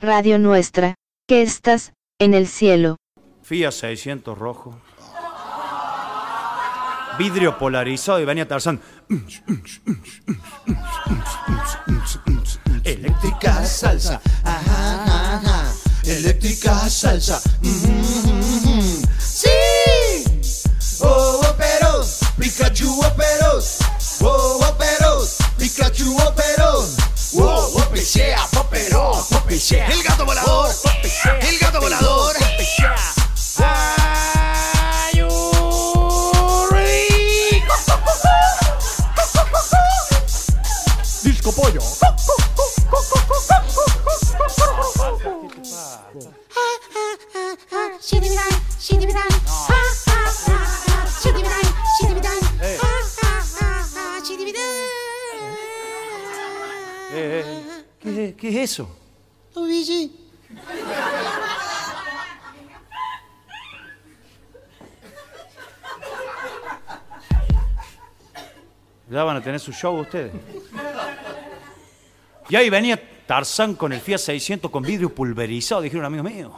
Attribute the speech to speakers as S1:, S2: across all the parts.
S1: Radio Nuestra, que estás, en el cielo.
S2: Fiat 600 rojo. Vidrio polarizado y venía Tarzán.
S3: Eléctrica salsa. Ajá, ajá. Eléctrica salsa. Mm, ¡Sí! ¡Oh, operos! ¡Pikachu operos! ¡Oh, operos! ¡Pikachu operos! ¡Oh, popesea, popero! ¡Popesea! ¡El gato volador! ¡Popesea! ¡El gato volador! ¡Popesea! Are you ready?
S4: Disco pollo.
S2: Eh, eh, ¿qué, qué es eso?
S3: Luigi.
S2: Ya van a tener su show ustedes. Y ahí venía Tarzán con el Fiat 600 con vidrio pulverizado, dijeron amigos míos.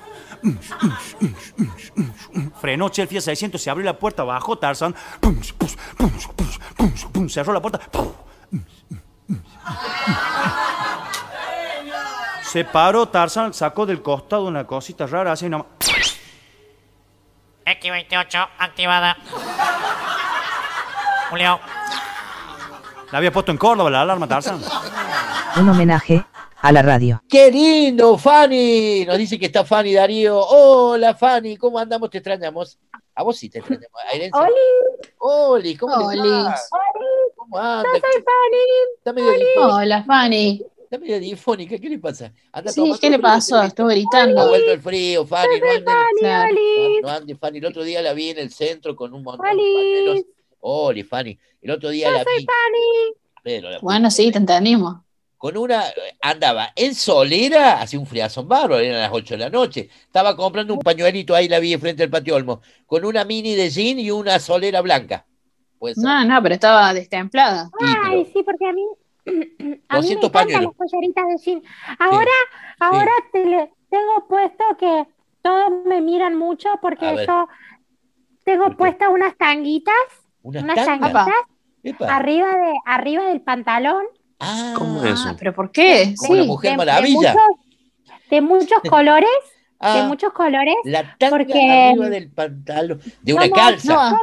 S2: Frenó che, el Fiat 600, se abrió la puerta, bajó Tarzán. Cerró la puerta. Se paró Tarzán, sacó del costado una cosita rara, así nomás.
S5: X28 activada. Julio,
S2: La había puesto en Córdoba la alarma Tarzán.
S1: Un homenaje, a la radio.
S6: ¡Qué lindo, Fanny! Nos dice que está Fanny Darío. Hola, Fanny, ¿cómo andamos? ¿Te extrañamos? A vos sí te extrañamos. A Erenza. Oli, ¿cómo le
S7: Oli.
S6: va? ¿Cómo anda?
S8: Yo soy Fanny.
S6: Está medio, difónica,
S8: Hola, Fanny.
S6: está medio difónica. ¿Qué le pasa? Anda
S8: Sí,
S6: tomando
S8: ¿qué le
S6: frío,
S8: pasó?
S6: te-
S8: Estuve
S6: Ha
S8: gritando.
S6: vuelto el frío, Fanny. No andes,
S8: Claro.
S6: no andes, Fanny. El otro día la vi en el centro con un montón
S7: Oli.
S6: de pañuelos. Oli, Fanny. El otro día la vi. Pero la puta
S8: Bueno, sí, te entendimos.
S6: con una, andaba en solera, hacía un friazón bárbaro, eran las 8 de la noche, estaba comprando un pañuelito ahí, la vi frente al patio Olmo, con una mini de jean y una solera blanca. Pues,
S8: No, no, pero estaba destemplada.
S6: sí, pero-
S7: Ay, sí, porque a mí, a mí me
S6: 200
S7: encantan
S6: pañuelos.
S7: las polleritas de jean. Ahora, ahora te le- tengo puesto que todos me miran mucho
S6: A
S7: porque
S6: ver.
S7: yo tengo
S6: ¿Por qué?
S7: puestas unas tanguitas,
S6: una
S7: unas
S6: tanga.
S7: tanguitas
S6: Epa.
S7: arriba de arriba del pantalón.
S6: Ah,
S9: ¿Cómo es eso?
S8: Ah, pero ¿por qué?
S6: Como una
S8: Sí.
S6: mujer maravilla.
S7: muchos- de muchos colores,
S6: ah,
S7: de muchos colores.
S6: la tanga
S7: porque-
S6: arriba del pantalón, de una
S7: Somos-
S6: calza.
S8: No,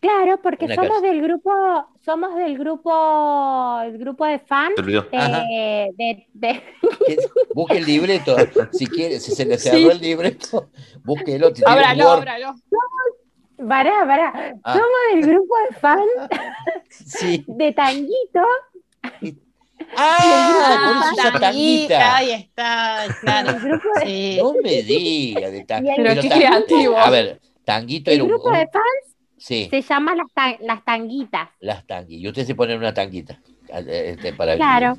S7: Claro, porque
S6: Una
S7: somos
S6: calza.
S7: del grupo, somos del grupo, el grupo de fans
S9: Te olvidó.
S6: Ajá.
S7: de, de- de-
S6: que- Busque el libreto, si quiere, si se le cerró el libreto, busque el otro. tiene un
S8: ábralo,
S6: Word.
S8: ábralo.
S7: Pará, pará.
S6: Ah.
S7: Somos del grupo de fans
S6: Sí.
S7: de Tanguito.
S6: Ah, por eso esa
S8: Tanguita,
S6: tanguita.
S8: Ahí está,
S7: El
S8: claro.
S7: grupo de,
S8: Sí.
S6: No me diga de tan-
S7: Y el-
S8: Pero qué
S6: tan-
S8: creativo.
S6: A ver, Tanguito
S7: el
S6: era un.
S7: grupo de
S6: un-
S7: fans
S6: sí,
S7: se llama las, tan- las tanguitas.
S6: las tanguitas. Y ustedes se ponen una tanguita. ah, eh, este, para
S7: Claro.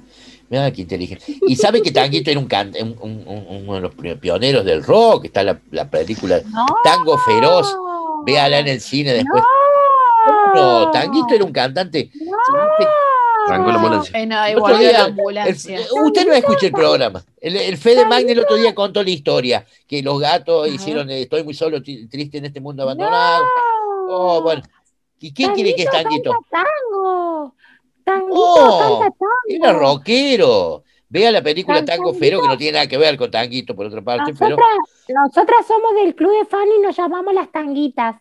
S6: Mira qué inteligente. Y sabe que Tanguito era un, can- un- un- un- uno de los pri- pioneros del rock. Está la, la película
S7: No.
S6: Tango Feroz. Véala en el cine después. No, Tanguito era un cantante.
S9: Arrancó la ambulancia.
S8: Eh, no, y
S6: Otro
S8: volvió
S6: día,
S8: la
S6: el-
S8: ambulancia.
S6: el- usted no escucha el programa. El, el Fede Magni el otro día contó la historia, que los gatos hicieron eh, Estoy muy solo, tri- triste en este mundo abandonado. Oh, bueno. ¿Y quién quiere que es Tanguito?
S7: Tango. Tanguito
S6: Oh,
S7: canta tango.
S6: Era rockero. Vea la película
S7: Tan-
S6: Tango Fero, que no tiene nada que ver con Tanguito, por otra parte, pero.
S7: Nosotras, nosotras somos del club de fans y nos llamamos las tanguitas.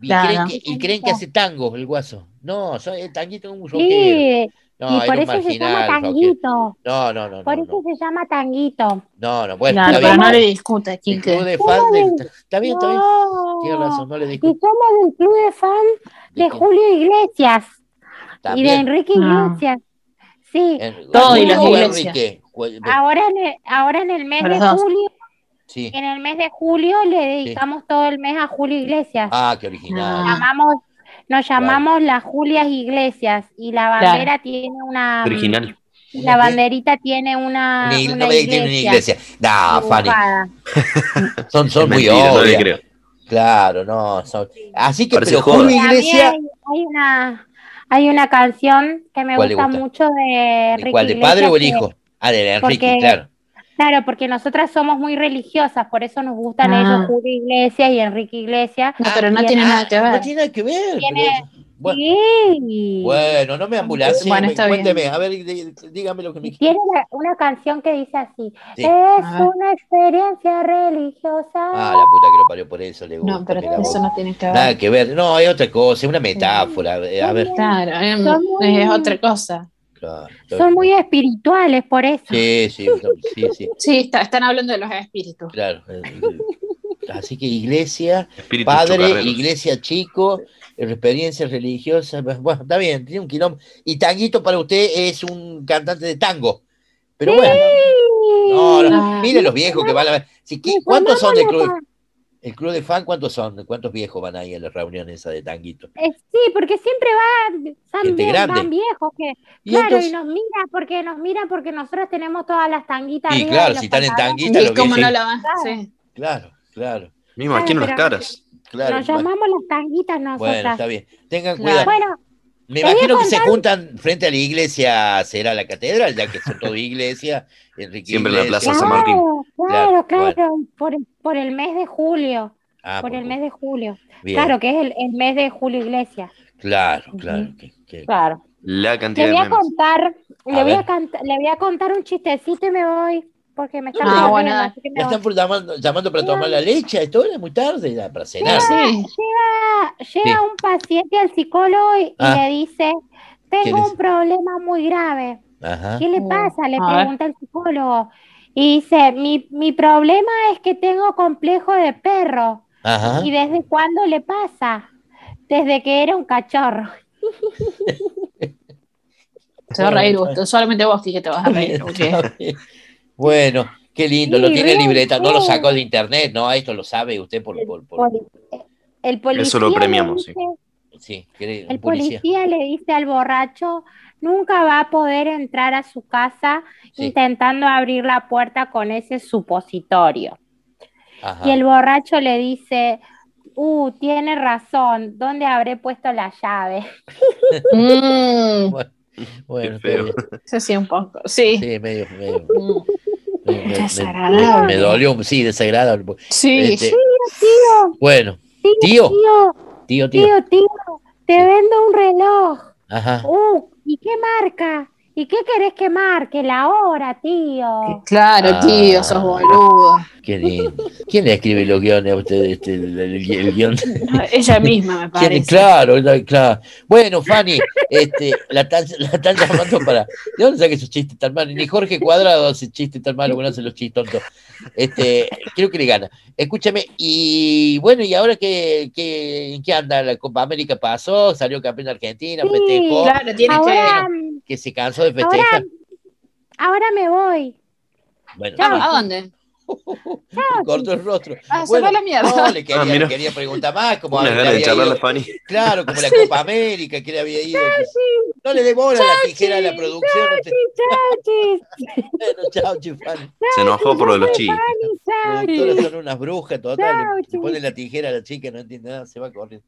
S6: ¿Y,
S8: Claro.
S6: creen que, y creen que hace tango el guaso? No, so- el Tanguito es un rockero.
S7: Sí,
S6: no,
S7: y
S6: era
S7: por
S6: un
S7: eso se llama
S6: marginal. rockero.
S7: tanguito.
S6: No, no, no, no.
S7: Por
S6: No,
S7: eso se llama tanguito.
S6: no, no, bueno,
S8: Claro,
S6: está
S8: pero
S6: bien.
S8: no le discuta,
S6: El club
S8: Quique.
S6: de fans del- Está bien, está bien.
S7: No.
S6: Tiene razón, no le
S7: Y
S6: discuto.
S7: somos del club de fans de Julio Iglesias
S6: Está
S7: y de
S6: bien.
S7: Enrique
S8: Ah.
S7: Iglesias. Sí,
S6: En-
S8: Todo
S6: Julio
S8: y las
S6: o
S8: iglesias.
S6: Enrique, pues, cu-
S7: ahora en el, ahora en el mes
S8: A
S7: de
S8: los dos.
S7: julio,
S6: pues, sí.
S7: en el mes de julio le dedicamos todo el mes a Julio Iglesias.
S6: Ah, qué original.
S8: Ah.
S7: Llamamos, nos llamamos las Julias Iglesias y la bandera tiene una
S9: Original.
S7: la banderita tiene una,
S6: Una ig-
S7: una
S6: no me digas que tiene una iglesia. No, Fanny,
S7: dibujada.
S6: son, son muy
S9: Mentira, no le
S6: obvias.
S9: creo.
S6: Claro, no. son- Así que,
S9: Parece
S6: pero
S9: joda.
S6: Julio
S7: También
S6: Iglesia,
S7: hay, hay una hay una canción que me
S6: ¿Cuál le
S7: gusta,
S6: gusta?
S7: mucho de
S6: ¿de
S7: Enrique
S6: cuál? ¿De
S7: Iglesias
S6: padre o el
S7: que-
S6: hijo? Ah, de Enrique,
S7: porque-
S6: claro.
S7: Claro, porque nosotras somos muy religiosas, por eso nos gustan
S8: Ah.
S7: ellos, Julio Iglesias y Enrique Iglesias.
S8: No, pero no
S7: y-
S8: tiene nada que
S6: No
S8: ver.
S6: tiene nada que ver.
S7: Tiene-
S6: pero- Ah, Bueno,
S7: Sí.
S6: bueno, no me ambulances.
S8: Bueno, está bien.
S6: cuénteme, a ver, dí- dígame lo que me
S7: Y tiene la- una canción que dice así,
S6: Sí.
S7: es
S8: ver.
S7: una experiencia religiosa.
S6: Ah, la puta que lo parió, por eso le gusta.
S8: No, pero
S6: mira vos.
S8: eso no tiene que ver.
S6: Nada que ver. No, es otra cosa, es una metáfora. eh, A ver.
S8: Claro, eh,
S7: Son muy-
S8: es otra cosa.
S6: claro.
S7: Son muy espirituales, por eso.
S6: Sí, sí, son- sí, sí,
S8: Sí, está- están hablando de los espíritus.
S6: claro. eh, Así que iglesia,
S9: Espíritu
S6: padre,
S9: chocarreros.
S6: iglesia chico, experiencias religiosas. Bueno, está bien, tiene un quilombo. Y Tanguito para usted es un cantante de tango. Pero bueno, no, no,
S8: Ah.
S6: mire los viejos que van a ver. Si, ¿qué-
S7: Nos
S6: ¿Cuántos son del
S7: formamos
S6: club?
S7: la
S6: ¿El club de fan cuántos son? ¿Cuántos viejos van ahí a las reuniones esas de Tanguito?
S7: Eh, sí, porque siempre van, van,
S6: Gente
S7: vie-
S6: grande.
S7: van viejos que,
S6: Y
S7: claro,
S6: entonces-
S7: y nos mira porque nos mira porque nosotros tenemos todas las tanguitas.
S6: Y
S7: arriba
S6: claro,
S7: de
S6: si
S7: los
S6: están en
S7: pantalones.
S6: tanguita,
S8: Y
S6: los
S8: cómo no
S6: viejos-
S8: la van.
S7: Claro.
S8: Sí.
S6: Claro, claro,
S9: Me imagino
S7: Ay,
S9: las
S7: pero-
S9: caras.
S6: claro.
S7: Nos
S6: Bueno,
S7: llamamos las tanguitas
S6: bueno,
S7: nosotras.
S6: está bien. Tengan cuidado.
S8: Claro.
S7: Bueno,
S6: Me
S7: Te voy a
S6: imagino que se
S7: contar-
S6: juntan frente a la iglesia a hacer a la catedral, ya que son todo iglesia. Enrique
S9: Siempre en la
S6: Iglesias.
S9: plaza San Martín.
S7: claro,
S6: Claro,
S7: claro, claro, por, por el mes de julio,
S6: Ah,
S7: por el mes de julio.
S6: bien,
S7: Claro, que es el, el mes de Julio Iglesias.
S6: Claro, claro. que- que-
S7: Claro.
S9: La cantidad
S7: Le
S9: de
S7: voy a
S9: memes.
S7: contar,
S6: A
S7: le voy
S6: ver.
S7: a, canta- le voy a contar un chistecito y me voy, porque me están
S8: Ah,
S7: llamando,
S8: bueno, dale.
S7: así que me
S6: Ya
S7: voy.
S6: están por llamando, llamando para tomar la leche, esto es muy tarde ya, para cenar.
S8: Sí.
S7: llega, llega
S6: Sí.
S7: un paciente al psicólogo y, y
S6: Ah.
S7: le dice,
S6: ¿Qué
S7: tengo
S6: dice? Ah.
S7: un problema muy grave.
S6: Ajá.
S7: ¿Qué le
S8: Uh,
S7: pasa? Le
S8: a ver.
S7: pregunta el psicólogo. Y dice, mi, mi problema es que tengo complejo de perro.
S6: Ajá.
S7: ¿Y desde cuándo le pasa? Desde que era un cachorro.
S8: Se va a reír vos, tú- solamente vos que te vas a reír. porque-
S6: Bueno, qué lindo, lo
S7: Sí,
S6: tiene en
S7: bien,
S6: libreta, no
S7: bien.
S6: lo sacó de internet, no, esto lo sabe usted por... por, por-
S7: Poli- El policía
S9: Eso lo
S7: le
S9: premiamos, sí.
S7: dice-
S6: sí, que-
S7: El
S6: un policía.
S7: policía le dice al borracho, nunca va a poder entrar a su casa
S6: Sí.
S7: intentando abrir la puerta con ese supositorio.
S6: Ajá.
S7: Y el borracho le dice, uh, tiene razón, ¿dónde habré puesto la llave?
S8: Mm,
S6: Bueno,
S9: Qué feo.
S6: está bien.
S8: eso sí, un poco. Sí.
S6: sí, medio... medio-
S8: Mm,
S6: me- me- me-
S8: Desagradable.
S6: me dolió, sí, desagradable.
S8: Sí.
S6: Este,
S7: Tío,
S6: bueno,
S7: tío,
S6: tío, tío, tío.
S7: tío, tío, te vendo un reloj.
S6: Ajá.
S7: Uh, ¿y qué marca? ¿Y qué querés que marque? La hora,
S6: eh,
S7: tío.
S6: ah.
S8: Claro, tío, sos boludo.
S6: Qué lindo. ¿Quién le escribe los guiones a ustedes? Este, el, el- el guión?
S8: Ella misma
S6: ¿Quién?
S8: me parece.
S6: Claro, la- claro. Bueno, Fanny, este, la, están, la están llamando para. ¿De dónde saca esos chistes tan malos? Ni Jorge Cuadrado hace chistes tan malos, bueno, hace los chistes tontos. Este, creo que le gana. Escúchame, y bueno, ¿y ahora qué, qué, en qué anda? La Copa América pasó, salió campeón de Argentina,
S7: Sí,
S6: festejó,
S8: Claro, tiene
S7: Ahora,
S6: que se cansó de
S7: ahora,
S6: festejar.
S7: ahora me voy.
S6: Bueno,
S8: que. Ah, ¿A dónde?
S6: me cortó el rostro.
S8: Ah, se
S6: Bueno,
S8: va a la mierda.
S6: No, Oh, le quería,
S9: Ah, mira.
S6: le quería preguntar más, como
S9: Unas
S6: había
S9: ganas de
S6: ido-
S9: charlar a Fanny.
S6: Claro, como la Copa América que le había ido. No le demora la tijera a la producción. no te-
S7: Chachis,
S6: Bueno, chao, chifán.
S9: Se enojó por lo de los chistes.
S7: Fanny,
S6: Las
S7: chachis.
S6: productoras son unas brujas, total.
S7: Chau,
S6: Le
S7: Chifán.
S6: ponen la tijera a la chica, no entiende nada, se va corriendo.